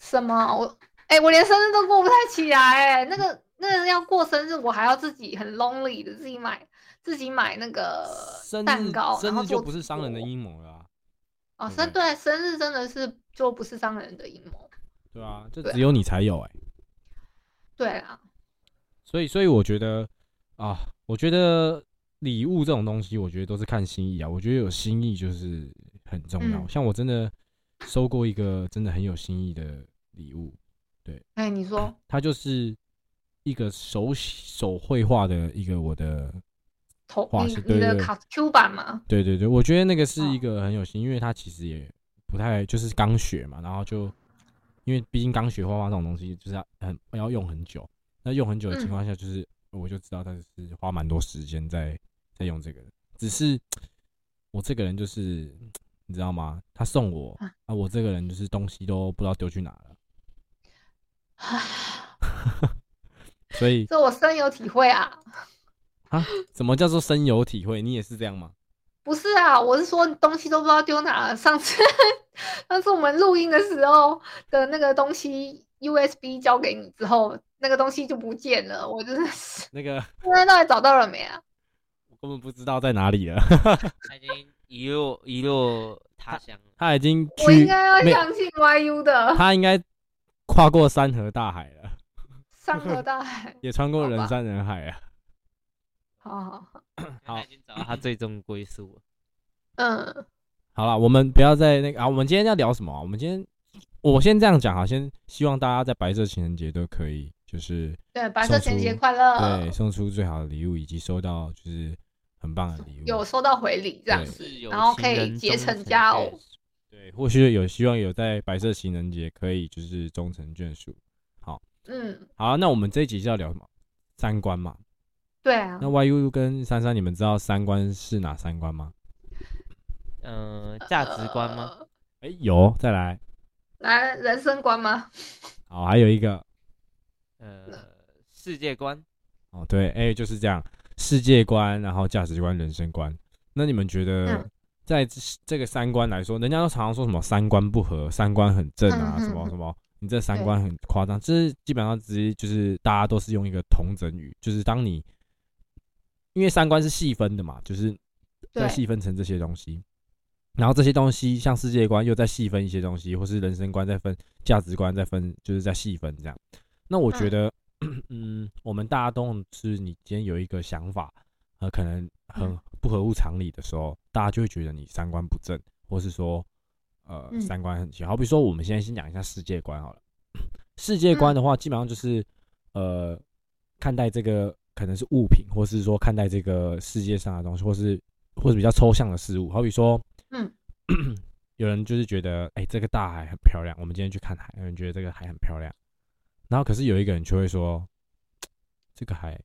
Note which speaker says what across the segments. Speaker 1: 什么？我哎，我连生日都过不太起来哎，那个那个要过生日，我还要自己很 lonely 的自己买自己买那个
Speaker 2: 生
Speaker 1: 呃蛋
Speaker 2: 日
Speaker 1: 糕，然
Speaker 2: 生
Speaker 1: 后
Speaker 2: 日就
Speaker 1: 做
Speaker 2: 不是商人的
Speaker 1: 做
Speaker 2: 阴谋啊啦，
Speaker 1: 哦，
Speaker 2: 对不
Speaker 1: 生对生日真的是就不是商人的阴谋，
Speaker 2: 对啊，就
Speaker 1: 对啊
Speaker 2: 只有你才有哎、
Speaker 1: 对啊，
Speaker 2: 所以，所以我觉得啊，我觉得礼物这种东西，我觉得都是看心意啊。我觉得有心意就是很重要。
Speaker 1: 嗯
Speaker 2: 像我真的收过一个真的很有心意的礼物，
Speaker 1: 哎，你 说
Speaker 2: 它就是一个手手绘画的一个我的，
Speaker 1: 头
Speaker 2: 哇
Speaker 1: 你
Speaker 2: 是
Speaker 1: 你
Speaker 2: 对
Speaker 1: 的
Speaker 2: 对
Speaker 1: 卡 Q 版吗？
Speaker 2: 对对对，我觉得那个是
Speaker 1: 哦
Speaker 2: 一个很有心，因为它其实也不太就是刚学嘛，然后就因为毕竟刚学画画这种东西，就是要很要用很久。那用很久的情况下，就是、我就知道他是花蛮多时间在在用这个的。只是我这个人就是你知道吗？他送我
Speaker 1: 啊
Speaker 2: 啊，我这个人就是东西都不知道丢去哪了，所以
Speaker 1: 这我深有体会啊。
Speaker 2: 啊什么叫做深有体会？你也是这样吗？
Speaker 1: 不是啊，我是说东西都不知道丢哪了。上次上次我们录音的时候的那个东西 USB 交给你之后，那个东西就不见了。我真的是，
Speaker 2: 那个
Speaker 1: 现在到底找到了没啊？
Speaker 2: 我根本不知道在哪里了，
Speaker 3: 他已经遗落遗落 他乡了。
Speaker 2: 他已经
Speaker 1: 我应
Speaker 2: 去，
Speaker 1: 该要
Speaker 2: 没
Speaker 1: 相信 YU 的
Speaker 2: 他应该跨过山河大海了，
Speaker 1: 上河大海。
Speaker 2: 也穿过
Speaker 1: 好吧
Speaker 2: 人山人海啊。
Speaker 1: 好好好，
Speaker 2: 好
Speaker 3: 他已经找到他最终归宿了。
Speaker 1: 嗯，
Speaker 2: 好了，我们不要再那个啊，我们今天要聊什么啊？我们今天我先这样讲哈，先希望大家在白色情人节都可以，就是
Speaker 1: 对，白色
Speaker 2: 送
Speaker 1: 情人节
Speaker 2: 出
Speaker 1: 快乐。
Speaker 2: 对送出最好的礼物，以及收到就是很棒的礼物。
Speaker 1: 有收到回礼这样
Speaker 2: 对
Speaker 1: 子，
Speaker 3: 是有
Speaker 1: 然后
Speaker 3: 情
Speaker 1: 可以
Speaker 3: 人
Speaker 1: 结
Speaker 3: 终
Speaker 1: 成
Speaker 3: 成
Speaker 1: 家哦
Speaker 3: 眷
Speaker 1: 偶
Speaker 3: 属
Speaker 2: 对，或许有希望有在白色情人节可以就是终成眷属。
Speaker 1: 嗯，
Speaker 2: 好，啊那我们这一集是要聊什么？三观嘛。
Speaker 1: 对啊
Speaker 2: 那，YU 跟珊珊，你们知道三观是哪三观吗？
Speaker 3: 嗯，价值观吗？
Speaker 1: 呃？
Speaker 2: 哎、有，再来。
Speaker 1: 来人生观吗？
Speaker 2: 哦好，还有一个
Speaker 3: 呃世界观。
Speaker 2: 哦，对，哎、就是这样，世界观，然后价值观、人生观。那你们觉得
Speaker 1: 嗯，
Speaker 2: 在这这个三观来说，人家都常常说什么三观不合，三观很正啊，
Speaker 1: 嗯嗯
Speaker 2: 什么
Speaker 1: 嗯
Speaker 2: 什么，你这三
Speaker 1: 对
Speaker 2: 观很夸张，这是基本上直接就是大家都是用一个同整语，就是当你因为三观是细分的嘛，就是再
Speaker 1: 对
Speaker 2: 细分成这些东西，然后这些东西像世界观又再细分一些东西，或是人生观再分价值观再分，就是在细分这样。那我觉
Speaker 1: 嗯
Speaker 2: 得，嗯，我们大家都是你今天有一个想法，呃，可能很
Speaker 1: 嗯
Speaker 2: 不合乎常理的时候，大家就会觉得你三观不正，或是说，呃，
Speaker 1: 嗯
Speaker 2: 三观很奇。好比说，我们现在先讲一下世界观好了。世界
Speaker 1: 嗯
Speaker 2: 观的话，基本上就是，呃，看待这个可能是物品，或是说看待这个世界上的东西，或是或是比较抽象的事物。好比说，
Speaker 1: 嗯，
Speaker 2: 有人就是觉得，哎、这个大海很漂亮，我们今天去看海，有人觉得这个海很漂亮，然后可是有一个人却会说，这个海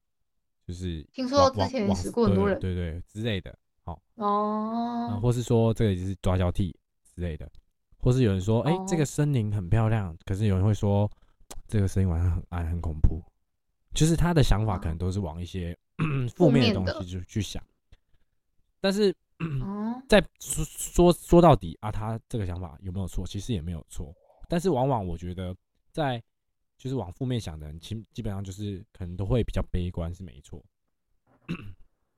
Speaker 2: 就是
Speaker 1: 听说
Speaker 2: 往往
Speaker 1: 之前
Speaker 2: 往
Speaker 1: 死过很多
Speaker 2: 对
Speaker 1: 人
Speaker 2: 对对之类的，啊，
Speaker 1: 哦，
Speaker 2: 或是说这个就是抓交替之类的，或是有人说，哎、这
Speaker 1: 哦
Speaker 2: 个森林很漂亮，可是有人会说，这个森林晚上很暗，很恐怖。就是他的想法可能都是往一些负
Speaker 1: 哦负
Speaker 2: 面
Speaker 1: 面
Speaker 2: 的东
Speaker 1: 的
Speaker 2: 西就去想，但是
Speaker 1: 哦，
Speaker 2: 在说说说到底啊，他这个想法有没有错？其实也没有错，但是往往我觉得在就是往负面想的人，基基本上就是可能都会比较悲观，是没错。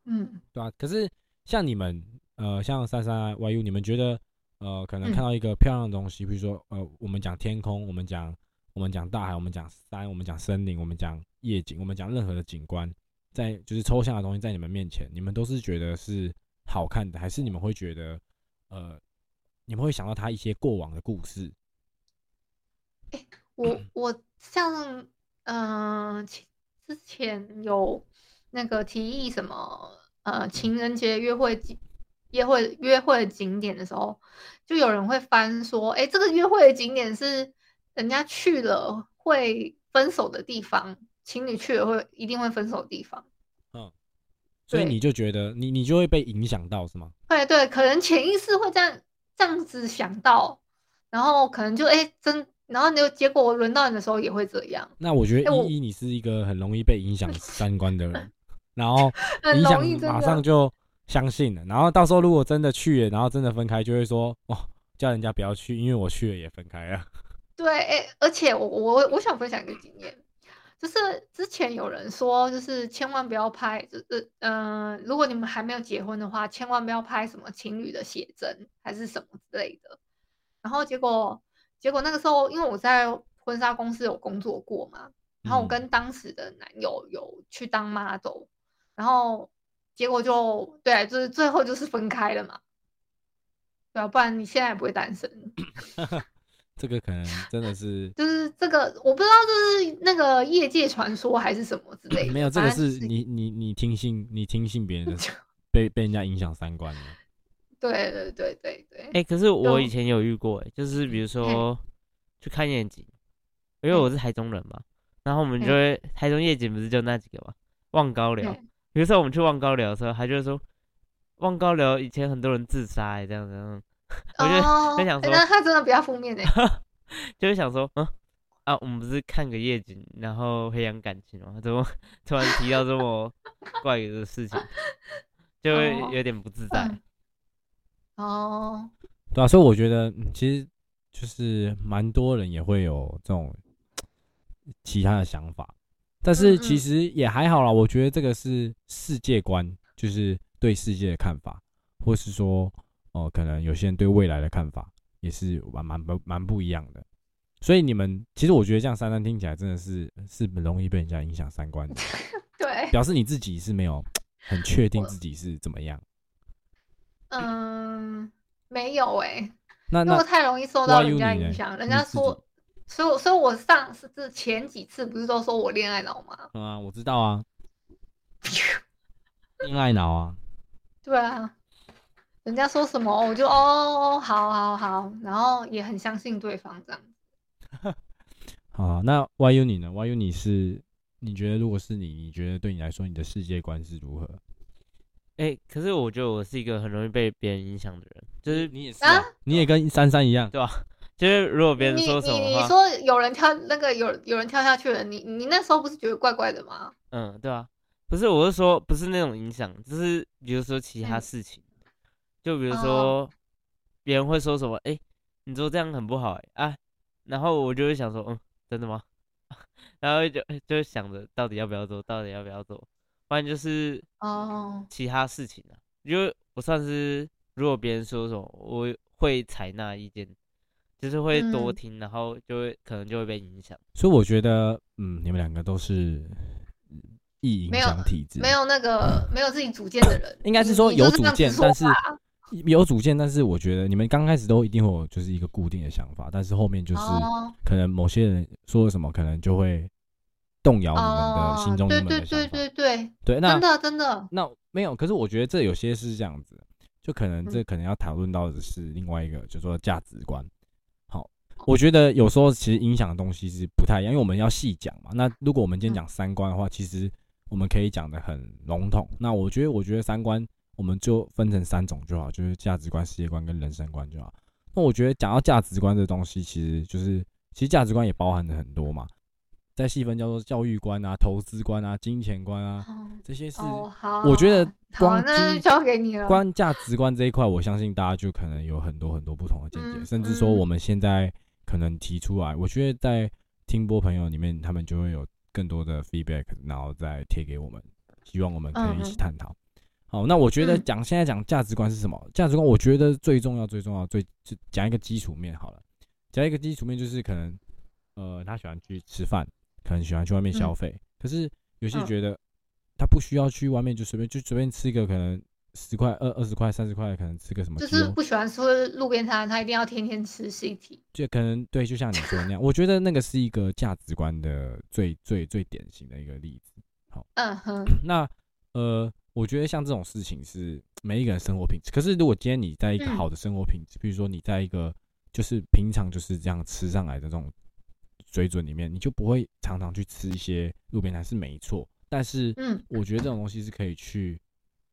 Speaker 1: 嗯
Speaker 2: 对啊，可是像你们，呃，像三三 YU，你们觉得，呃，可能
Speaker 1: 嗯
Speaker 2: 看到一个漂亮的东西，比如说，呃，我们讲天空，我们讲我们讲大海，我们讲山，我们讲森林，我们讲夜景，我们讲任何的景观，在就是抽象的东西在你们面前，你们都是觉得是好看的，还是你们会觉得，呃，你们会想到它一些过往的故事？
Speaker 1: 我我像嗯、呃其之前有那个提议什么呃情人节约会景约会约会景点的时候，就有人会翻说，哎，这个约会的景点是人家去了会分手的地方，情侣去了会一定会分手的地方。
Speaker 2: 所以
Speaker 1: 对
Speaker 2: 你就觉得你你就会被影响到是吗？
Speaker 1: 对对，可能潜意识会这样这样子想到，然后可能就哎、诶真，然后你就结果轮到你的时候也会这样，
Speaker 2: 那我觉得
Speaker 1: 哎我
Speaker 2: 依依你是一个很容易被影 响三观的人，然后
Speaker 1: 很
Speaker 2: 影响
Speaker 1: 容易真
Speaker 2: 马
Speaker 1: 的。
Speaker 2: 上就相信了，然后到时候如果真的去了，然后真的分开，就会说哦，叫人家不要去，因为我去了也分开啊了。
Speaker 1: 对，哎、而且我我我想分享一个经验，就是之前有人说，就是千万不要拍，就是嗯、呃如果你们还没有结婚的话，千万不要拍什么情侣的写真还是什么之类的。然后结果结果那个时候，因为我在婚纱公司有工作过嘛，然后我
Speaker 2: 嗯
Speaker 1: 跟当时的男友有去当 model，然后结果就对，就是最后就是分开了嘛。对啊，不然你现在也不会单身。
Speaker 2: 这个可能真的是
Speaker 1: 就是这个，我不知道这是那个业界传说还是什么之类的。
Speaker 2: 没有，这个
Speaker 1: 反正
Speaker 2: 是你你你听信你听信别人 的被被人家影响三观了。
Speaker 1: 对对对对对，
Speaker 3: 哎、可是我
Speaker 1: 就
Speaker 3: 以前有遇过、欸，就是比如说去看夜景，因为
Speaker 1: 嗯
Speaker 3: 我是台中人嘛，然后我们
Speaker 1: 嗯
Speaker 3: 就会台中夜景不是就那几个嘛，望高寮。
Speaker 1: 嗯
Speaker 3: 比如说我们去望高寮的时候，他就会说望高寮以前很多人自杀、欸，这样这样， 我就
Speaker 1: 哦，
Speaker 3: 在想
Speaker 1: 诶
Speaker 3: 说
Speaker 1: 那他真的比较负面呢。
Speaker 3: 就会想说，嗯啊，我们不是看个夜景，然后培养感情吗？怎么突然提到这么怪的事情，就会
Speaker 1: 哦
Speaker 3: 有点不自在。
Speaker 1: 嗯哦，
Speaker 2: 对啊，所以我觉得、嗯其实就是蛮多人也会有这种其他的想法，但是
Speaker 1: 嗯嗯
Speaker 2: 其实也还好啦。我觉得这个是世界观，就是对世界的看法，或是说哦、可能有些人对未来的看法也是蛮蛮不蛮不一样的。所以你们其实我觉得这样三三听起来真的是是很容易被人家影响三观 的，
Speaker 1: 对，
Speaker 2: 表示你自己是没有很确定自己是怎么样。
Speaker 1: 嗯，没有哎，
Speaker 2: 那
Speaker 1: 因为
Speaker 2: 那
Speaker 1: 我太容易受到
Speaker 2: why
Speaker 1: 人
Speaker 2: you
Speaker 1: 家
Speaker 2: 你
Speaker 1: 影
Speaker 2: 呢
Speaker 1: 响，人
Speaker 2: 你
Speaker 1: 家
Speaker 2: 自己
Speaker 1: 说，所以我所以我上次这前几次不是都说我恋爱脑吗？
Speaker 2: 嗯啊，我知道啊，恋爱脑啊，
Speaker 1: 对啊，人家说什么我就哦哦哦好好好，然后也很相信对方这样。
Speaker 2: 好啊，那 YU 你呢？YU 你是你觉得如果是你，你觉得对你来说，你的世界观是如何？
Speaker 3: 哎、可是我觉得我是一个很容易被别人影响的人，就是
Speaker 2: 你也是
Speaker 1: 啊啊
Speaker 2: 你也跟珊珊一样，
Speaker 3: 对吧、就是如果别人
Speaker 1: 你
Speaker 3: 说什
Speaker 1: 你
Speaker 3: 么
Speaker 1: 你
Speaker 3: 话，
Speaker 1: 说有人跳那个有有人跳下去了，你你那时候不是觉得怪怪的吗？
Speaker 3: 嗯，对啊，不是，我是说不是那种影响，就是比如说其他
Speaker 1: 嗯
Speaker 3: 事情，就比如
Speaker 1: 哦
Speaker 3: 说别人会说什么，哎、你做这样很不好、欸，哎、啊，然后我就会想说，嗯，真的吗？ 然后就就会想着到底要不要做，到底要不要做，不然就是
Speaker 1: 哦，
Speaker 3: 其他事情啊，因为我算是如果别人说什么，我会采纳意见，就是会多
Speaker 1: 嗯
Speaker 3: 听，然后就会可能就会被影响。
Speaker 2: 所以我觉得，嗯，你们两个都是嗯易影
Speaker 1: 没有
Speaker 2: 响体质，
Speaker 1: 没有那个没有自己主见的人，
Speaker 2: 应该是
Speaker 1: 你
Speaker 2: 说
Speaker 1: 你
Speaker 2: 有
Speaker 1: 就
Speaker 2: 主
Speaker 1: 这样子
Speaker 2: 见，
Speaker 1: 说
Speaker 2: 但是
Speaker 1: 吧
Speaker 2: 有主见，但是我觉得你们刚开始都一定会有就是一个固定的想法，但是后面就是
Speaker 1: 哦
Speaker 2: 可能某些人说了什么，可能就会动摇你们的
Speaker 1: 哦
Speaker 2: 心中你
Speaker 1: 对
Speaker 2: 们
Speaker 1: 对
Speaker 2: 的想
Speaker 1: 对
Speaker 2: 法。
Speaker 1: 对对，
Speaker 2: 对，
Speaker 1: 真
Speaker 2: 那
Speaker 1: 的真的，
Speaker 2: 那没有，可是我觉得这有些是这样子，就可能这可能要讨论到的是另外一个，就是说价值观。好，我觉得有时候其实影响的东西是不太一样，因为我们要细讲嘛。那如果我们今天讲三观的话，其实我们可以讲的很笼统。那我觉得，我觉得三观我们就分成三种就好，就是价值观、世界观跟人生观就好。那我觉得讲到价值观这东西，其实就是其实价值观也包含了很多嘛，再细分叫做教育观啊、投资观啊、金钱观啊，
Speaker 1: 哦
Speaker 2: 这些是
Speaker 1: 哦好，
Speaker 2: 我觉得
Speaker 1: 好，
Speaker 2: 光
Speaker 1: 那就
Speaker 2: 金
Speaker 1: 交给你了。
Speaker 2: 关价值观这一块，我相信大家就可能有很多很多不同的见解，
Speaker 1: 嗯
Speaker 2: 甚至说
Speaker 1: 嗯
Speaker 2: 我们现在可能提出来，我觉得在听播朋友里面，他们就会有更多的 feedback，然后再贴给我们，希望我们可以一
Speaker 1: 嗯
Speaker 2: 起
Speaker 1: 嗯
Speaker 2: 探讨。好，那我觉得
Speaker 1: 嗯
Speaker 2: 讲现在讲价值观是什么？价值观我觉得最重要、最重要、最最讲一个基础面好了，讲一个基础面就是可能呃他喜欢去吃饭，可能喜欢去外面消
Speaker 1: 嗯
Speaker 2: 费，可是有些
Speaker 1: 嗯
Speaker 2: 觉得他不需要去外面就随便就随便吃一个可能十块、二二十块、三十块，可能吃个什么
Speaker 1: 就
Speaker 2: 鸡
Speaker 1: 是
Speaker 2: 肉，
Speaker 1: 不喜欢吃路边摊，他一定要天天吃 CT。
Speaker 2: 就可能对，就像你说 的那样，我觉得那个是一个价值观的最最最典型的一个例子。
Speaker 1: 嗯哼，
Speaker 2: 那呃，我觉得像这种事情是每一个人生活品质。可是如果今天你在一个
Speaker 1: 嗯
Speaker 2: 好的生活品质，比如说你在一个就是平常就是这样吃上来的这种水准里面，你就不会常常去吃一些路边摊是没错。但是
Speaker 1: 嗯
Speaker 2: 我觉得这种东西是可以去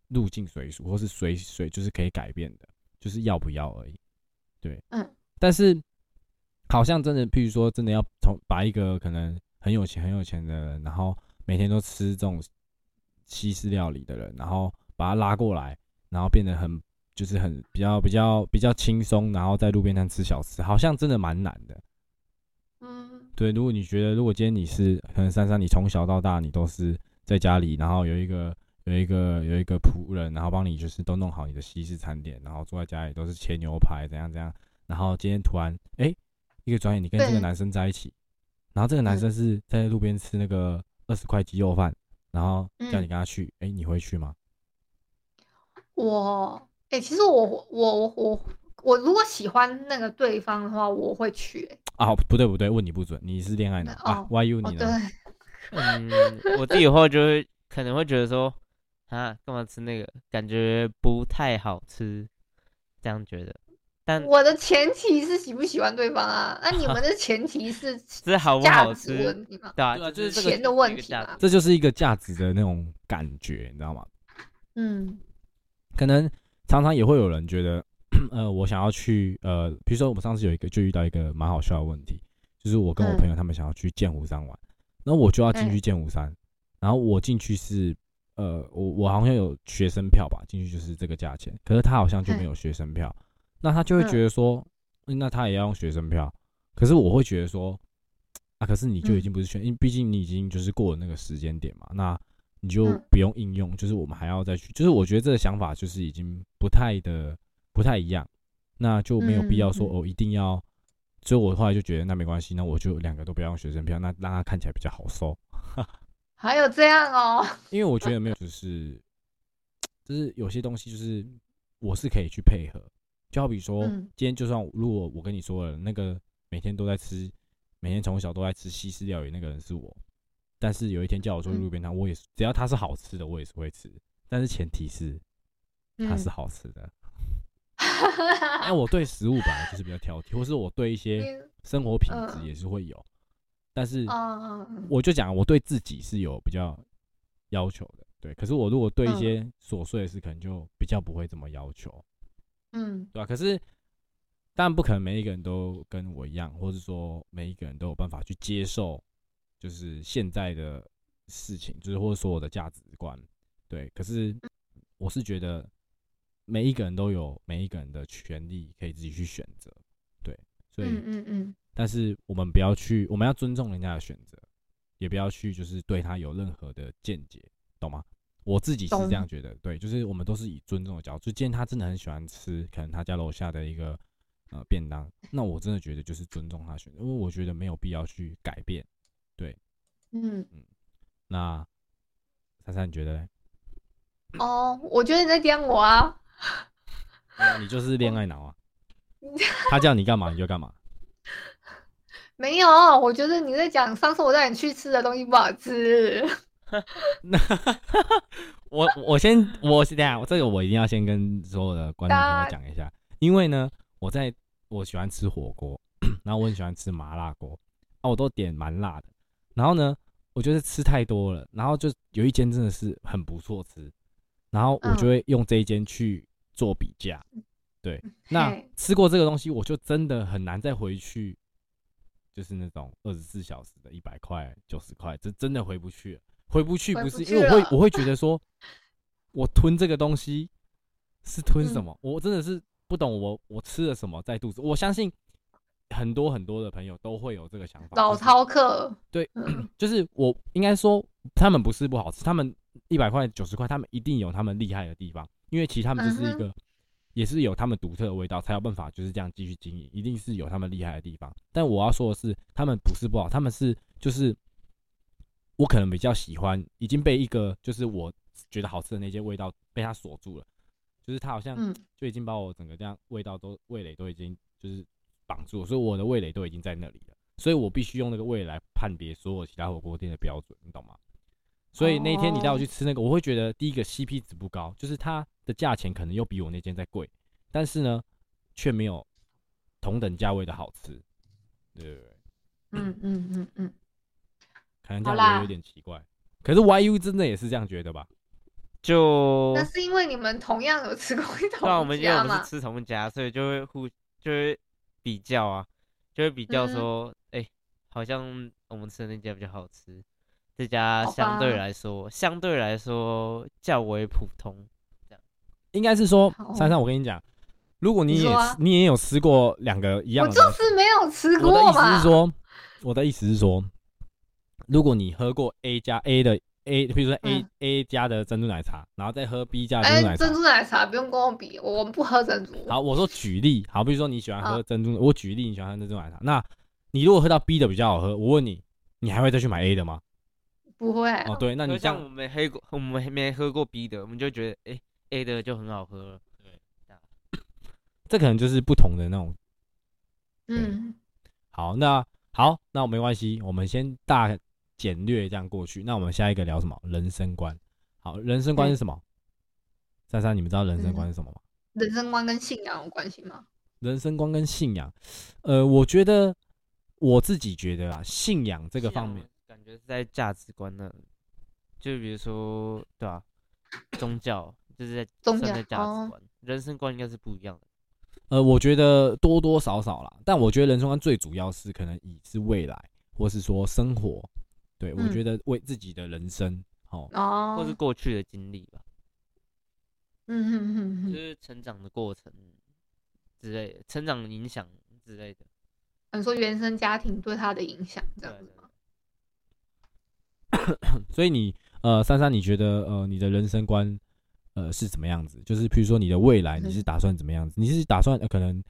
Speaker 2: 入境随俗，或是随随就是可以改变的，就是要不要而已。对，
Speaker 1: 嗯。
Speaker 2: 但是好像真的，譬如说真的要从把一个可能很有钱很有钱的人，然后每天都吃这种西式料理的人，然后把他拉过来，然后变得很就是很比较比较比较轻松，然后在路边摊吃小吃，好像真的蛮难的。
Speaker 1: 嗯
Speaker 2: 对，如果你觉得，如果今天你是可能珊珊，你从小到大你都是在家里，然后有一个有一个有一个仆人，然后帮你就是都弄好你的西式餐点，然后坐在家里都是切牛排怎样怎样，然后今天突然哎、诶一个转眼你跟这个
Speaker 1: 对
Speaker 2: 男生在一起，然后这个男
Speaker 1: 嗯
Speaker 2: 生是在路边吃那个二十块鸡肉饭，然后叫你
Speaker 1: 嗯
Speaker 2: 跟他去，哎、你会去吗？
Speaker 1: 我哎、其实我我我我我如果喜欢那个对方的话，我会去、欸。
Speaker 2: 啊，不对不对，问你不准，你是恋爱脑、啊
Speaker 1: 哦
Speaker 2: ，YU
Speaker 1: 哦，
Speaker 2: 你
Speaker 1: 对
Speaker 2: 呢？，
Speaker 3: 嗯，我自己后就会可能会觉得说，啊，干嘛吃那个？感觉不太好吃，这样觉得。但
Speaker 1: 我的前提是喜不喜欢对方啊？那你们的前提 是
Speaker 3: 这好不
Speaker 1: 价
Speaker 3: 好
Speaker 1: 值
Speaker 3: 吃
Speaker 1: 问，题吗？
Speaker 3: 对啊，
Speaker 2: 对啊
Speaker 3: 就
Speaker 2: 就是是
Speaker 1: 钱的问题嘛
Speaker 3: 啊。
Speaker 2: 这就是一个价值的那种感觉，你知道吗？
Speaker 1: 嗯
Speaker 2: 可能常常也会有人觉得，呃，我想要去呃，比如说我们上次有一个就遇到一个蛮好笑的问题，就是我跟我
Speaker 1: 嗯
Speaker 2: 朋友他们想要去剑湖山玩，那我就要进去剑湖山，然后我进去是呃，我我好像有学生票吧，进去就是这个价钱，可是他好像就没有学生票，那他就会觉得说，嗯那他也要用学生票，可是我会觉得说，啊，可是你
Speaker 1: 嗯
Speaker 2: 就已经不是学，因为毕竟你已经就是过了那个时间点嘛，那你就
Speaker 1: 嗯
Speaker 2: 不用应用，就是我们还要再去，就是我觉得这个想法就是已经不太的不太一样，那就没有必要说
Speaker 1: 嗯嗯
Speaker 2: 哦一定要，所以我后来就觉得那没关系，那我就两个都不要用学生票，那让它看起来比较好收，
Speaker 1: 还有这样哦，
Speaker 2: 因为我觉 得没有就是就是有些东西就是我是可以去配合，就好比说、
Speaker 1: 嗯
Speaker 2: 今天就算如果我跟你说了那个每天都在吃，每天从小都在吃西式料理那个人是我，但是有一天叫我做
Speaker 1: 嗯
Speaker 2: 路边摊，我也是只要它是好吃的，我也是会吃，但是前提是它
Speaker 1: 嗯
Speaker 2: 是好吃 的。那、我对食物本来就是比较挑剔，或是我对一些
Speaker 1: 嗯
Speaker 2: 生活品
Speaker 1: 嗯
Speaker 2: 质也是会有，但是
Speaker 1: 嗯嗯
Speaker 2: 我就讲我对自己是有比较要求的，对。可是我如果对一
Speaker 1: 嗯
Speaker 2: 些琐碎的事，可能就比较不会这么要求，
Speaker 1: 嗯，
Speaker 2: 对吧、可是但不可能每一个人都跟我一样，或者说每一个人都有办法去接受，就是现在的事情，就是或者说我的价值观，对。可是我是觉得每一个人都有每一个人的权利，可以自己去选择，对。所以，
Speaker 1: 嗯嗯嗯，
Speaker 2: 但是我们不要去，我们要尊重人家的选择，也不要去就是对他有任何的见解，懂吗？我自己是这样
Speaker 1: 懂
Speaker 2: 觉得，对，就是我们都是以尊重的角度，就今天他真的很喜欢吃，可能他家楼下的一个呃便当，那我真的觉得就是尊重他的选择，因为我觉得没有必要去改变。
Speaker 1: 嗯
Speaker 2: 那珊珊，你觉得嘞？
Speaker 1: 哦，我觉得你在刁我啊，
Speaker 2: 你就是恋爱脑啊，他叫你干嘛你就干嘛，
Speaker 1: 没有，我觉得你在讲上次我带你去吃的东西不好吃。
Speaker 2: 我我先我是这样，这个我一定要先跟所有的观众朋友讲一下，因为呢，我在我喜欢吃火锅，然后我很喜欢吃麻辣锅，啊，我都点蛮辣的，然后呢，我觉得吃太多了，然后就有一间真的是很不错吃，然后我
Speaker 1: 嗯
Speaker 2: 就会用这一间去做比价，对，那
Speaker 1: 嗯嘿
Speaker 2: 吃过这个东西，我就真的很难再回去，就是那种二十四小时的一百块、九十块，这真的回不去了，回不去
Speaker 1: 回
Speaker 2: 不
Speaker 1: 不
Speaker 2: 是
Speaker 1: 去
Speaker 2: 因为我
Speaker 1: 了
Speaker 2: 会我会觉得说。我吞这个东西是吞什
Speaker 1: 嗯
Speaker 2: 么？我真的是不懂我我吃了什么在肚子。我相信很多很多的朋友都会有这个想法，
Speaker 1: 老
Speaker 2: 就是
Speaker 1: 饕客，
Speaker 2: 对
Speaker 1: 嗯，
Speaker 2: 就是我应该说他们不是不好吃，他们一百块九十块，他们一定有他们厉害的地方，因为其实他们就是一个、也是有他们独特的味道，才有办法就是这样继续经营，一定是有他们厉害的地方。但我要说的是，他们不是不好，他们是就是我可能比较喜欢，已经被一个就是我觉得好吃的那些味道被它锁住了，就是它好像
Speaker 1: 嗯
Speaker 2: 就已经把我整个这样味道都味蕾都已经就是绑住了，所以我的味蕾都已经在那里了，所以我必须用那个味蕾来判别所有其他火锅店的标准，你懂吗？所以那一天你带
Speaker 1: 哦
Speaker 2: 我去吃那个，我会觉得第一个 CP 值不高，就是它的价钱可能又比我那间再贵，但是呢，却没有同等价位的好吃，对对对，
Speaker 1: 嗯嗯嗯嗯，
Speaker 2: 可能这
Speaker 1: 好
Speaker 2: 样
Speaker 1: 啦
Speaker 2: 也有点奇怪。可是 YU 真的也是这样觉得吧？
Speaker 3: 就
Speaker 1: 那是因为你们同样有吃过一
Speaker 3: 对啊，我
Speaker 1: 同
Speaker 3: 们
Speaker 1: 一
Speaker 3: 因为
Speaker 1: 家
Speaker 3: 我们
Speaker 1: 嘛
Speaker 3: 是，吃同一家，所以就会互就会比较啊，就会比较
Speaker 1: 嗯
Speaker 3: 说，哎、好像我们吃的那家比较好吃，这家
Speaker 1: 好
Speaker 3: 相对
Speaker 1: 吧
Speaker 3: 来说相对来说较为普通。
Speaker 2: 应该是说
Speaker 1: 好，
Speaker 2: 珊珊，我跟你讲，如果你
Speaker 1: 你
Speaker 2: 也
Speaker 1: 说啊
Speaker 2: 吃你也有吃过两个一样
Speaker 1: 我
Speaker 2: 的
Speaker 1: 就
Speaker 2: 东西，
Speaker 1: 是没有吃
Speaker 2: 我的
Speaker 1: 过
Speaker 2: 意思
Speaker 1: 嘛
Speaker 2: 是。说，我的意思是说，如果你喝过 A 加 A 的 A，比如说 A、
Speaker 1: 嗯
Speaker 2: A 加的珍珠奶茶，然后再喝 B 加的珍珠
Speaker 1: 哎，
Speaker 2: 奶茶
Speaker 1: 珍，珠奶茶不用跟我比，我们不喝珍珠。
Speaker 2: 好，我说举例，好，比如说你喜欢喝
Speaker 1: 啊
Speaker 2: 珍珠，我举例你喜欢喝珍珠奶茶，那你如果喝到 B 的比较好喝，我问你，你还会再去买 A 的吗？
Speaker 1: 不会。
Speaker 2: 哦，对，那
Speaker 3: 那
Speaker 2: 你这
Speaker 3: 像我
Speaker 2: 样，
Speaker 3: 们没喝过，我们没喝过 B 的，我们就觉得，哎、a 的就很好喝了。
Speaker 2: 这可能就是不同的那种
Speaker 1: 嗯，
Speaker 2: 好，那好，那没关系，我们先大简略这样过去。那我们下一个聊什么？人生观。好，人
Speaker 1: 嗯
Speaker 2: 生观是什么？珊珊，你们知道人生观是什么吗？
Speaker 1: 人生观跟信仰有关系吗？
Speaker 2: 人生观跟信仰，呃，我觉得我自己觉得啊，信仰这个
Speaker 3: 信
Speaker 2: 方
Speaker 3: 仰
Speaker 2: 面，
Speaker 3: 感觉是在价值观那，就比如说，对吧、宗教就是在
Speaker 1: 宗
Speaker 3: 算
Speaker 1: 教
Speaker 3: 在价值
Speaker 1: 哦
Speaker 3: 观，人生观应该是不一样的。
Speaker 2: 呃，我觉得多多少少啦，但我觉得人生观最主要是可能以是未来，或是说生活，对、我
Speaker 1: 嗯
Speaker 2: 觉得为自己的人生，哦，
Speaker 1: 哦
Speaker 3: 或，是过去的经历吧，
Speaker 1: 嗯嗯
Speaker 3: 就
Speaker 1: 嗯嗯，
Speaker 3: 是成长的过程之类的，成长影响之类的。
Speaker 1: 你说原生家庭对他的影响这
Speaker 3: 对
Speaker 1: 样
Speaker 3: 对
Speaker 1: 子
Speaker 3: 对啊
Speaker 1: 吗？
Speaker 2: 所以你呃，珊珊，你觉得呃，你的人生观呃是怎么样子？就是譬如说你的未来，
Speaker 1: 嗯
Speaker 2: 你是打算怎么样子？你是打算、呃、可能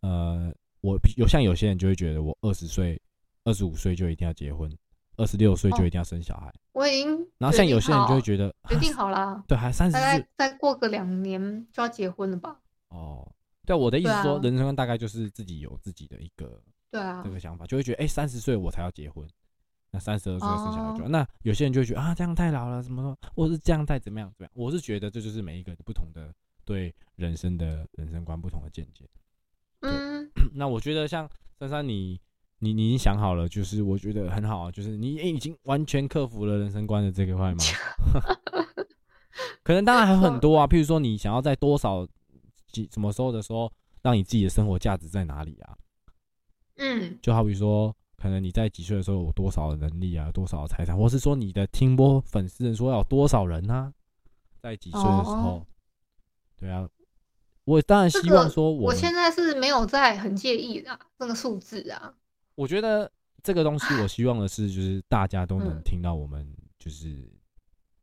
Speaker 2: 呃，我有像有些人就会觉得我二十岁、二十五岁就一定要结婚，二十六岁就
Speaker 1: 哦
Speaker 2: 一定要生小孩，
Speaker 1: 我已 经
Speaker 2: 然后像有些人就会
Speaker 1: 决
Speaker 2: 觉得
Speaker 1: 定好决定
Speaker 2: 啊
Speaker 1: 好啦，
Speaker 2: 对，还三十
Speaker 1: 大
Speaker 2: 岁
Speaker 1: 概再过个两年就要结婚了吧？
Speaker 2: 哦。对啊，我的意思是说，
Speaker 1: 对啊
Speaker 2: 人生观大概就是自己有自己的一个
Speaker 1: 对啊
Speaker 2: 这，个想法，就会觉得，哎、三十岁我才要结婚，那三十二岁生小孩就
Speaker 1: 哦
Speaker 2: 好，那有些人就会觉得啊，这样太老了，怎么说，或是这样太怎么样怎么样。我是觉得这就是每一个不同的对人生的人生观不同的见解。
Speaker 1: 嗯，
Speaker 2: 那我觉得像珊珊你，你你已经想好了，就是我觉得很好啊，就是你、诶已经完全克服了人生观的这个块吗？ 可能当然还有很多啊，譬如说你想要在多少几什么时候的时候让你自己的生活价值在哪里啊？
Speaker 1: 嗯
Speaker 2: 就好比说，可能你在几岁的时候有多少的能力啊，多少的财产，或是说你的听播粉丝人数要有多少人啊，在几岁的时候，
Speaker 1: 哦
Speaker 2: 对啊，我当然
Speaker 1: 这
Speaker 2: 希
Speaker 1: 个
Speaker 2: 望说我
Speaker 1: 我
Speaker 2: 们
Speaker 1: 现在是没有在很介意的、这个数字啊，
Speaker 2: 我觉得这个东西，我希望的是，就是大家都能
Speaker 1: 嗯
Speaker 2: 听到我们，就是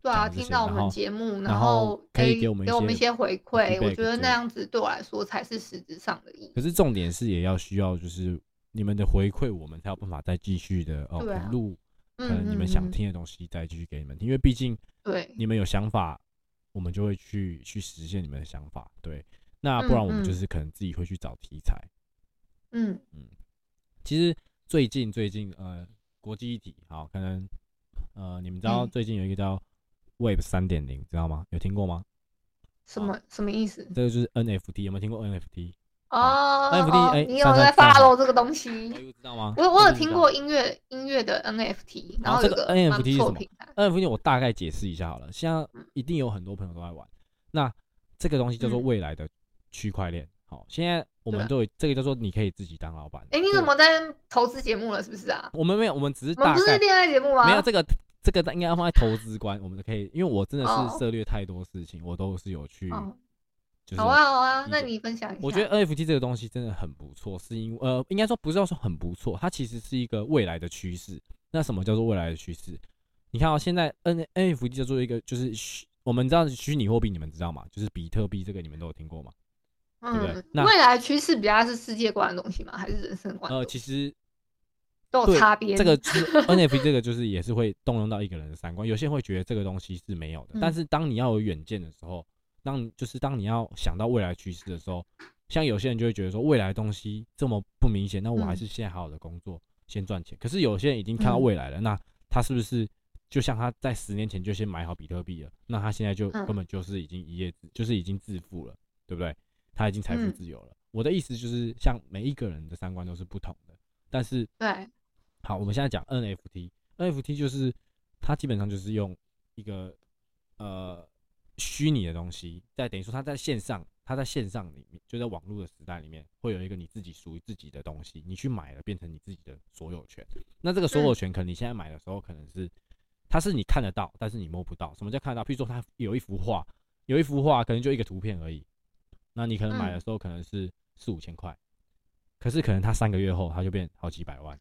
Speaker 1: 对啊，
Speaker 2: 讲这
Speaker 1: 听
Speaker 2: 些
Speaker 1: 到我
Speaker 2: 然
Speaker 1: 们
Speaker 2: 后
Speaker 1: 节目，
Speaker 2: 然后
Speaker 1: 后
Speaker 2: 可以
Speaker 1: 给
Speaker 2: 给我们一
Speaker 1: 给我们一
Speaker 2: 些
Speaker 1: 些回馈，我
Speaker 2: feedback，
Speaker 1: 觉得那
Speaker 2: 对
Speaker 1: 样子对我来说才是实质上的意义。
Speaker 2: 可是重点是也要需要就是你们的回馈，我们才有办法再继续的哦
Speaker 1: 对啊
Speaker 2: 录，可
Speaker 1: 嗯
Speaker 2: 能你们
Speaker 1: 嗯
Speaker 2: 想
Speaker 1: 嗯
Speaker 2: 听的东西再继续给你们听，因为毕竟
Speaker 1: 对，
Speaker 2: 你们有想法，我们就会去去实现你们的想法，对。那不然我们
Speaker 1: 嗯嗯
Speaker 2: 就是可能自己会去找题材。
Speaker 1: 嗯
Speaker 2: 其实最近最近呃国际议题，好，可能呃你们知道
Speaker 1: 嗯
Speaker 2: 最近有一个叫 Web 三点零，知道吗？有听过吗？
Speaker 1: 什么什么意思？
Speaker 2: 这个就是 NFT，有没有听过 NFT？
Speaker 1: 哦
Speaker 2: NFT
Speaker 1: 哦
Speaker 2: 哎
Speaker 1: 你有
Speaker 2: 上上
Speaker 1: 在
Speaker 2: 上好
Speaker 1: follow 这个东西？
Speaker 2: 知道吗？
Speaker 1: 我我有
Speaker 2: 不知
Speaker 1: 听
Speaker 2: 道
Speaker 1: 过音乐音乐的 NFT，
Speaker 2: 然
Speaker 1: 然
Speaker 2: 后
Speaker 1: 后
Speaker 2: 哦这
Speaker 1: 有
Speaker 2: 个
Speaker 1: 个蛮
Speaker 2: NFT
Speaker 1: 不
Speaker 2: 是
Speaker 1: 错
Speaker 2: 什
Speaker 1: 的
Speaker 2: 么
Speaker 1: 平台，
Speaker 2: NFT 我大概解释一下好了，现在一定有很多朋友都在玩。那这个东西叫做
Speaker 1: 嗯
Speaker 2: 未来的区块链。好，现在我们
Speaker 1: 对啊
Speaker 2: 都有这个叫做你可以自己当老板。
Speaker 1: 哎，你
Speaker 2: 就
Speaker 1: 怎么在投资节目了？是不是啊？
Speaker 2: 我们没有，我们只是
Speaker 1: 我们
Speaker 2: 大
Speaker 1: 不是
Speaker 2: 概
Speaker 1: 恋爱节目吗？
Speaker 2: 没有这个这个应该要放在投资观，我们可以，因为我真的
Speaker 1: 哦
Speaker 2: 是涉猎太多事情，我都是有去
Speaker 1: 哦
Speaker 2: 嗯就是
Speaker 1: 好啊好啊，那
Speaker 2: 理解
Speaker 1: 你分享一下。
Speaker 2: 我觉得 NFT 这个东西真的很不错，是因为呃，应该说不是要说很不错，它其实是一个未来的趋势。那什么叫做未来的趋势？你看啊、现在 N NFT 叫做一个就是虚，我们知道虚拟货币，你们知道吗？就是比特币这个你们都有听过吗？对不对
Speaker 1: 嗯，
Speaker 2: 那
Speaker 1: 未来趋势比较是世界观的东西吗？还是人生观的
Speaker 2: 呃，
Speaker 1: 东西？
Speaker 2: 其实
Speaker 1: 都有
Speaker 2: 对
Speaker 1: 差别。
Speaker 2: 这个就是 NFT 这个就是也是会动用到一个人的三观，有些人会觉得这个东西是没有的，
Speaker 1: 嗯
Speaker 2: 但是当你要有远见的时候，当你就是当你要想到未来趋势的时候，像有些人就会觉得说未来的东西这么不明显，那我还
Speaker 1: 嗯
Speaker 2: 是现在好好的工作、先赚钱。可是有些人已经看到未来了，那他是不是就像他在十年前就先买好比特币了，那他现在就
Speaker 1: 嗯
Speaker 2: 根本就是已经一夜、就是已经致富了，对不对？他已经财富
Speaker 1: 嗯
Speaker 2: 自由了。我的意思就是，像每一个人的三观都是不同的，但是
Speaker 1: 对，
Speaker 2: 好，我们现在讲 NFT，NFT 就是它基本上就是用一个呃虚拟的东西，在等于说它在线上，它在线上里面，就在网络的时代里面，会有一个你自己属于自己的东西，你去买了变成你自己的所有权。那这个所有权，可能你现在买的时候，可能是它是你看得到，但是你摸不到。什么叫看得到？譬如说它有一幅画，有一幅画可能就一个图片而已，那你可能买的
Speaker 1: 嗯
Speaker 2: 时候可能是四五千块，可是可能它三个月后它就变好几百万。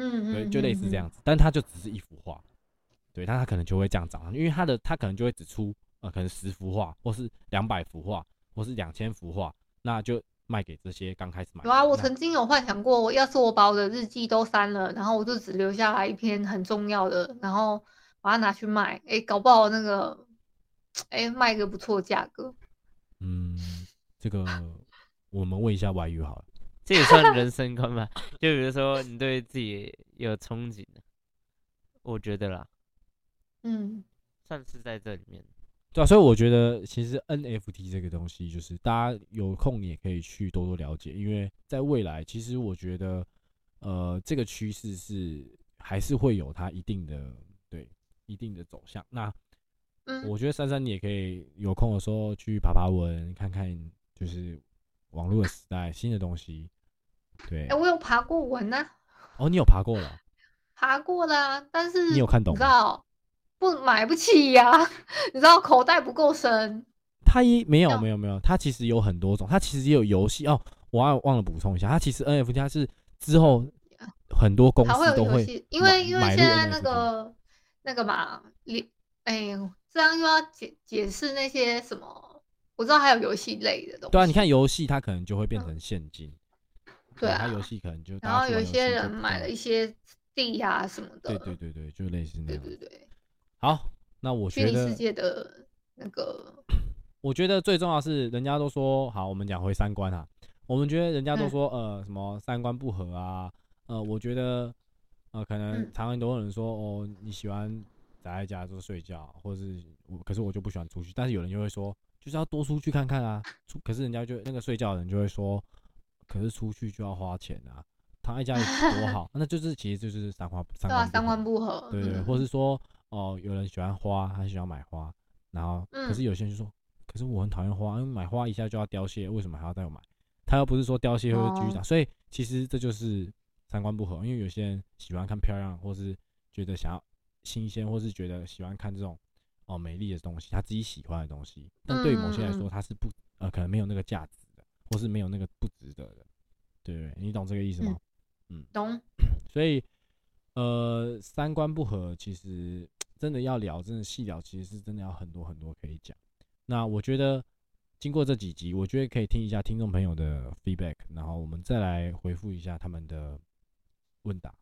Speaker 1: 嗯，
Speaker 2: 对，
Speaker 1: 嗯
Speaker 2: 就类似这。
Speaker 1: 嗯
Speaker 2: 样子，但它就只是一幅画，对，但它可能就会这样涨上去，因为它的它可能就会只出呃可能十幅画，或是两百幅画，或是两千幅画，那就卖给这些刚开始买
Speaker 1: 嗯
Speaker 2: 的
Speaker 1: 有
Speaker 2: 人。
Speaker 1: 啊，我
Speaker 2: 那
Speaker 1: 曾经有幻想过，我要是我把我的日记都删了，然后我就只留下来一篇很重要的，然后把它拿去卖，哎，搞不好那个，哎，卖个不错价格。
Speaker 2: 嗯，这个我们问一下 YU 好了，
Speaker 3: 这也算人生观吧？就比如说你对自己有憧憬的，我觉得啦，
Speaker 1: 嗯，
Speaker 3: 算是在这里面。
Speaker 2: 对啊，所以我觉得其实 NFT 这个东西，就是大家有空也可以去多多了解，因为在未来，其实我觉得呃这个趋势是还是会有它一定的对一定的走向，那。
Speaker 1: 嗯，
Speaker 2: 我觉得珊珊你也可以有空的时候去爬爬文，看看就是网络的时代新的东西。对
Speaker 1: 哎，，我有爬过文呢，
Speaker 2: 哦，你有爬过了，
Speaker 1: 爬过啦，但是
Speaker 2: 你有看懂
Speaker 1: 你知
Speaker 2: 吗
Speaker 1: 道不买不起呀、 你知道口袋不够深。
Speaker 2: 它一没有
Speaker 1: 有
Speaker 2: 没有没有，它其实有很多种，它其实也有游戏哦。我忘忘了补充一下，它其实 NFT 它是之后很多公
Speaker 1: 还会
Speaker 2: 司
Speaker 1: 有
Speaker 2: 都
Speaker 1: 游
Speaker 2: 会
Speaker 1: 戏，因为因为
Speaker 2: 买
Speaker 1: 现
Speaker 2: 入
Speaker 1: 在那
Speaker 2: NFT
Speaker 1: 个那个嘛，你哎呦，这样又要解解释那些什么，我知道还有游戏类的东西。嗯
Speaker 2: 对啊，你看游戏它可能就会变成现金，
Speaker 1: 对
Speaker 2: 它
Speaker 1: 啊
Speaker 2: 游戏可能就大
Speaker 1: 然
Speaker 2: 家
Speaker 1: 后有一
Speaker 2: 去玩游
Speaker 1: 些
Speaker 2: 戏就
Speaker 1: 人
Speaker 2: 不
Speaker 1: 买
Speaker 2: 太
Speaker 1: 了一些地呀、什么的，
Speaker 2: 对对对对，就类似那
Speaker 1: 对
Speaker 2: 样
Speaker 1: 对
Speaker 2: 子。
Speaker 1: 对
Speaker 2: 好，那我
Speaker 1: 虚
Speaker 2: 觉
Speaker 1: 拟
Speaker 2: 得
Speaker 1: 世界的那个，
Speaker 2: 我觉得最重要的是，人家都说好，我们讲回三观啊。我们觉得人家
Speaker 1: 嗯
Speaker 2: 都说、呃什么三观不合啊，呃，我觉得呃可能
Speaker 1: 嗯
Speaker 2: 常常都有人说哦你喜欢宅在家就是睡觉，或者是我可是我就不喜欢出去，但是有人就会说就是要多出去看看啊，出可是人家就那个睡觉的人就会说，可是出去就要花钱啊，躺在家里多好， 那就是其实就是三花
Speaker 1: 对
Speaker 2: 三观
Speaker 1: 啊，
Speaker 2: 合
Speaker 1: 三观不合，
Speaker 2: 对对，
Speaker 1: 嗯
Speaker 2: 或是说哦，有人喜欢花，他喜欢买花，然后可是
Speaker 1: 嗯
Speaker 2: 有些人就说，可是我很讨厌花，因为买花一下就要凋谢，为什么还要再买？它又不是说凋谢会继续
Speaker 1: 哦
Speaker 2: 长，所以其实这就是三观不合。因为有些人喜欢看漂亮，或是觉得想要新鲜，或是觉得喜欢看这种哦美丽的东西，他自己喜欢的东西，但对于某些人
Speaker 1: 嗯
Speaker 2: 来
Speaker 1: 嗯
Speaker 2: 说，他是不呃可能没有那个价值的，或是没有那个不值得的，对不对？你懂这个意思吗？
Speaker 1: 懂？
Speaker 2: 所以，呃，三观不合，其实真的要聊，真的细聊，其实是真的要很多很多可以讲。那我觉得经过这几集，我觉得可以听一下听众朋友的 feedback，然后我们再来回复一下他们的问答。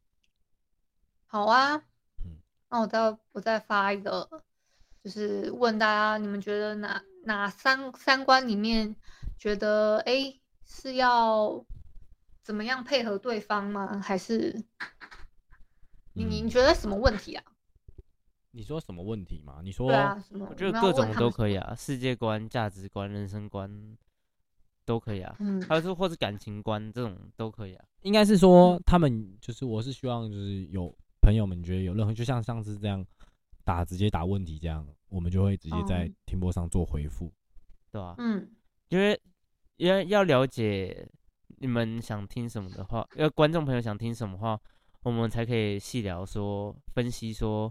Speaker 1: 好啊
Speaker 2: 嗯，
Speaker 1: 那我再我再发一个，就是问大家，你们觉得哪哪三三观里面觉得哎、诶是要怎么样配合对方吗？还是你你
Speaker 2: 嗯
Speaker 1: 你觉得什么问题啊？
Speaker 2: 你说什么问题吗？你说
Speaker 1: 对啊，什么？
Speaker 3: 我觉
Speaker 1: 你们
Speaker 3: 得各
Speaker 1: 要问
Speaker 3: 种
Speaker 1: 他
Speaker 3: 都
Speaker 1: 们
Speaker 3: 可以啊，世界观、价值观、人生观都可以啊，
Speaker 1: 嗯
Speaker 3: 还有是或是感情观这种都可以啊。
Speaker 2: 应该是说他们就是，我是希望就是有朋友们觉得有任何，就像上次这样打直接打问题这样，我们就会直接在
Speaker 1: 哦
Speaker 2: 听播上做回复。
Speaker 3: 对啊，
Speaker 1: 嗯
Speaker 3: 因为因为要了解你们想听什么的话，要观众朋友想听什么话，我们才可以细聊说分析说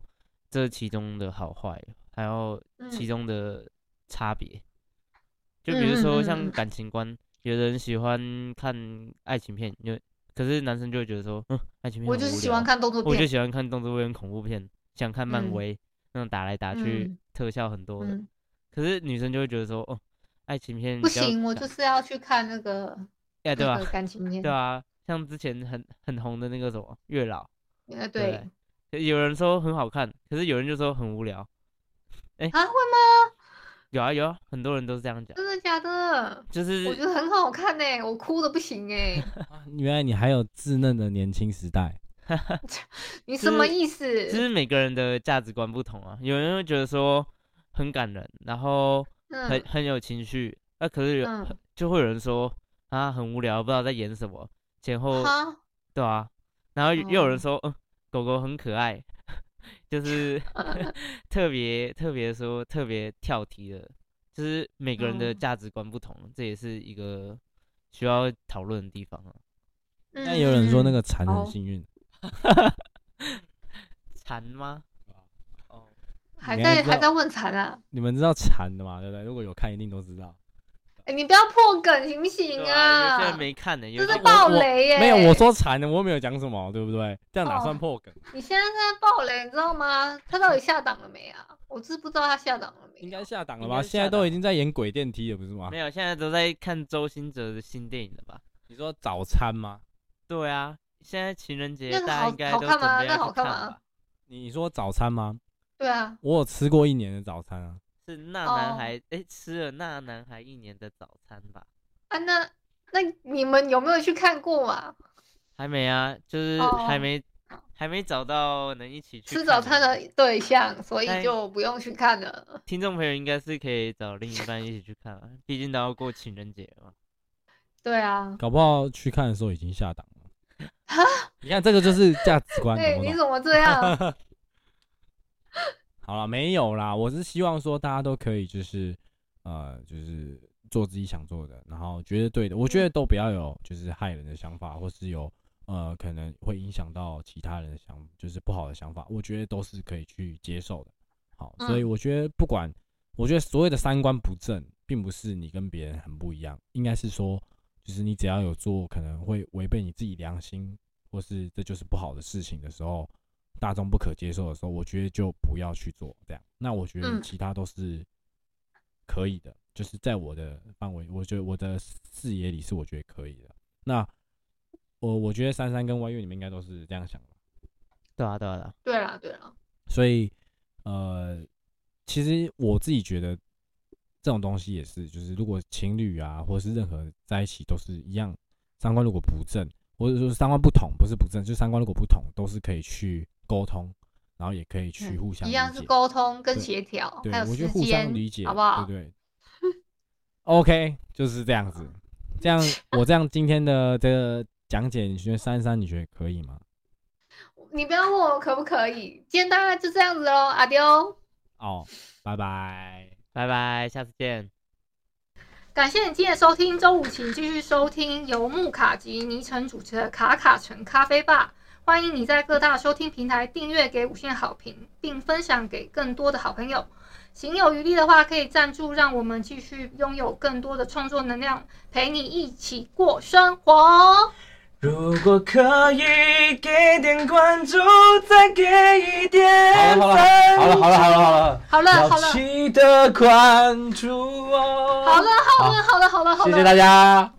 Speaker 3: 这其中的好坏，还有其
Speaker 1: 嗯
Speaker 3: 中的差别。就比如
Speaker 1: 嗯嗯
Speaker 3: 说
Speaker 1: 嗯嗯
Speaker 3: 像
Speaker 1: 嗯
Speaker 3: 感情观，有的人喜欢看爱情片，因为可是男生就会觉得说，嗯，爱情片
Speaker 1: 我
Speaker 3: 很
Speaker 1: 就是
Speaker 3: 无
Speaker 1: 喜
Speaker 3: 聊
Speaker 1: 欢，看动作
Speaker 3: 我就
Speaker 1: 片，
Speaker 3: 喜欢看动作片、恐怖片，想看漫
Speaker 1: 嗯
Speaker 3: 威、那种打来打去、
Speaker 1: 嗯
Speaker 3: 特效很多的。
Speaker 1: 嗯，
Speaker 3: 可是女生就会觉得说，哦，爱情片
Speaker 1: 不
Speaker 3: 比较
Speaker 1: 行，我
Speaker 3: 感
Speaker 1: 就是要去看那个
Speaker 3: 哎、对
Speaker 1: 那
Speaker 3: 吧、
Speaker 1: 个感情片
Speaker 3: 对，啊，像之前很很红的那个什么月老，
Speaker 1: 呃
Speaker 3: 对
Speaker 1: 对
Speaker 3: 有人说很好看，可是有人就说很无聊。
Speaker 1: 啊，会吗？
Speaker 3: 有啊有啊，很多人都是这样讲，
Speaker 1: 真的假的？
Speaker 3: 就是
Speaker 1: 我觉得很好看呢、我哭的不行 哎、
Speaker 2: 啊原来你还有稚嫩的年轻时代。
Speaker 1: 你
Speaker 3: 就
Speaker 1: 什么
Speaker 3: 是
Speaker 1: 意思？
Speaker 3: 只是每个人的价值观不同啊，有人会觉得说很感人，然后很、
Speaker 1: 嗯
Speaker 3: 很有情绪，那、可是有、
Speaker 1: 嗯，
Speaker 3: 就会有人说啊很无聊，不知道在演什么，前后
Speaker 1: 哈，
Speaker 3: 对啊，然后又又有人
Speaker 1: 哦
Speaker 3: 说嗯狗狗很可爱， 就是 特别特别说特别跳题的，就是每个人的
Speaker 1: 哦
Speaker 3: 价值观不同，这也是一个需要讨论的地方啊。
Speaker 2: 但也有人说那
Speaker 1: 嗯
Speaker 2: 个蝉
Speaker 1: 好
Speaker 2: 很幸运，
Speaker 3: 馋吗？哦，
Speaker 1: 还
Speaker 2: 你还
Speaker 1: 在
Speaker 2: 知
Speaker 1: 还在
Speaker 2: 道
Speaker 1: 问惨啊！
Speaker 2: 你们知道蝉的嘛？对不对？如果有看，一定都知道。
Speaker 1: 哎，你不要破梗行不行
Speaker 3: 对啊，有些人
Speaker 1: 啊？
Speaker 3: 没看呢、有
Speaker 1: 这
Speaker 3: 些
Speaker 1: 是
Speaker 3: 人
Speaker 1: 暴
Speaker 2: 我
Speaker 1: 雷耶！
Speaker 2: 没有，我说蝉的，我又没有讲什么，对不对？这样哪
Speaker 1: 哦
Speaker 2: 算破梗？
Speaker 1: 你现在在暴雷，你知道吗？他到底下档了没啊？我知不知道他下档了没有？啊
Speaker 2: 应该下档了
Speaker 3: 应
Speaker 2: 吧？
Speaker 3: 该是
Speaker 2: 现在
Speaker 3: 下档
Speaker 2: 都已经在演鬼电梯了，不是吗
Speaker 3: 没？有，现在都在看周星哲的新电影了吧？
Speaker 2: 你说早餐吗？
Speaker 3: 对啊，现在情人节
Speaker 1: 那
Speaker 3: 大
Speaker 1: 个
Speaker 3: 家
Speaker 1: 好
Speaker 3: 应该
Speaker 1: 好看
Speaker 3: 都准
Speaker 1: 吗
Speaker 3: 备
Speaker 1: 那
Speaker 3: 要
Speaker 1: 好
Speaker 3: 去
Speaker 1: 看
Speaker 3: 看
Speaker 1: 吗
Speaker 3: 吧？
Speaker 2: 你你说早餐吗？
Speaker 1: 对啊，
Speaker 2: 我有吃过一年的早餐啊，
Speaker 3: 是那
Speaker 1: 哦
Speaker 3: 男孩哎、吃了那男孩一年的早餐吧？
Speaker 1: 啊那那你们有没有去看过啊？
Speaker 3: 还没啊，就是还
Speaker 1: 哦
Speaker 3: 没、还没找到能一起去
Speaker 1: 吃
Speaker 3: 看
Speaker 1: 早餐的
Speaker 3: 人。
Speaker 1: 对象，所以
Speaker 2: 哎
Speaker 3: 但
Speaker 1: 就不用去看了。
Speaker 3: 听众朋友应该是可以找另一半一起去看啊，毕竟都要过情人节了嘛。
Speaker 1: 对啊，
Speaker 2: 搞不好去看的时候已经下档了。你看这个就是价值观，
Speaker 1: 哎，
Speaker 2: 懂不
Speaker 1: 你
Speaker 2: 懂？
Speaker 1: 怎么这 样？
Speaker 2: 好了，没有啦，我是希望说大家都可以就是呃，就是做自己想做的，然后觉得对的，我觉得都不要有就是害人的想法，或是有呃可能会影响到其他人的想，就是不好的想法，我觉得都是可以去接受的。好，
Speaker 1: 嗯
Speaker 2: 所以我觉得不管，我觉得所谓的三观不正，并不是你跟别人很不一样，应该是说，就是你只要有做可能会违背你自己良心，或是这就是不好的事情的时候，大众不可接受的时候，我觉得就不要去做这样。那我觉得
Speaker 1: 嗯
Speaker 2: 其他都是可以的，就是在我的范围，我觉得我的视野里是我觉得可以的。那我我觉得珊珊跟 YU 你们应该都是这样想的吧。
Speaker 3: 对啊，对啊，对啊。
Speaker 1: 对啦，对 啦，
Speaker 2: 所以呃，其实我自己觉得这种东西也是，就是如果情侣啊，或是任何在一起都是一样，三观如果不正，或者说三观不同，不是不正，就三观如果不同，都是可以去沟通，然后也可以
Speaker 1: 嗯
Speaker 2: 去互相
Speaker 1: 一
Speaker 2: 理
Speaker 1: 样是
Speaker 2: 解
Speaker 1: 沟通跟
Speaker 2: 对
Speaker 1: 协调，
Speaker 2: 对
Speaker 1: 还有
Speaker 2: 我
Speaker 1: 时
Speaker 2: 觉
Speaker 1: 间，
Speaker 2: 得互相理解，
Speaker 1: 好不好？
Speaker 2: 对对 OK，就是这样子。这样我这样今天的这个讲解，你觉得珊珊你觉得可以吗？
Speaker 1: 你不要问我可不可以，今天大概就这样子喽，阿丢。
Speaker 2: 哦，拜拜。
Speaker 3: 拜拜，下次见。
Speaker 1: 感谢你今天的收听，周五请继续收听由木卡及尼城主持的《卡卡城咖啡吧》。欢迎你在各大收听平台订阅、给五星好评，并分享给更多的好朋友。行有余力的话，可以赞助，让我们继续拥有更多的创作能量，陪你一起过生活。
Speaker 2: 如果可以给点关注，再给一点
Speaker 4: 好了好了好了好了好了
Speaker 1: 好了，
Speaker 4: 好了，
Speaker 1: 好了
Speaker 4: 要，记得关注哦。
Speaker 1: 好了，好了，好了，好了，好
Speaker 4: 哦谢
Speaker 1: 了
Speaker 4: 谢。大家。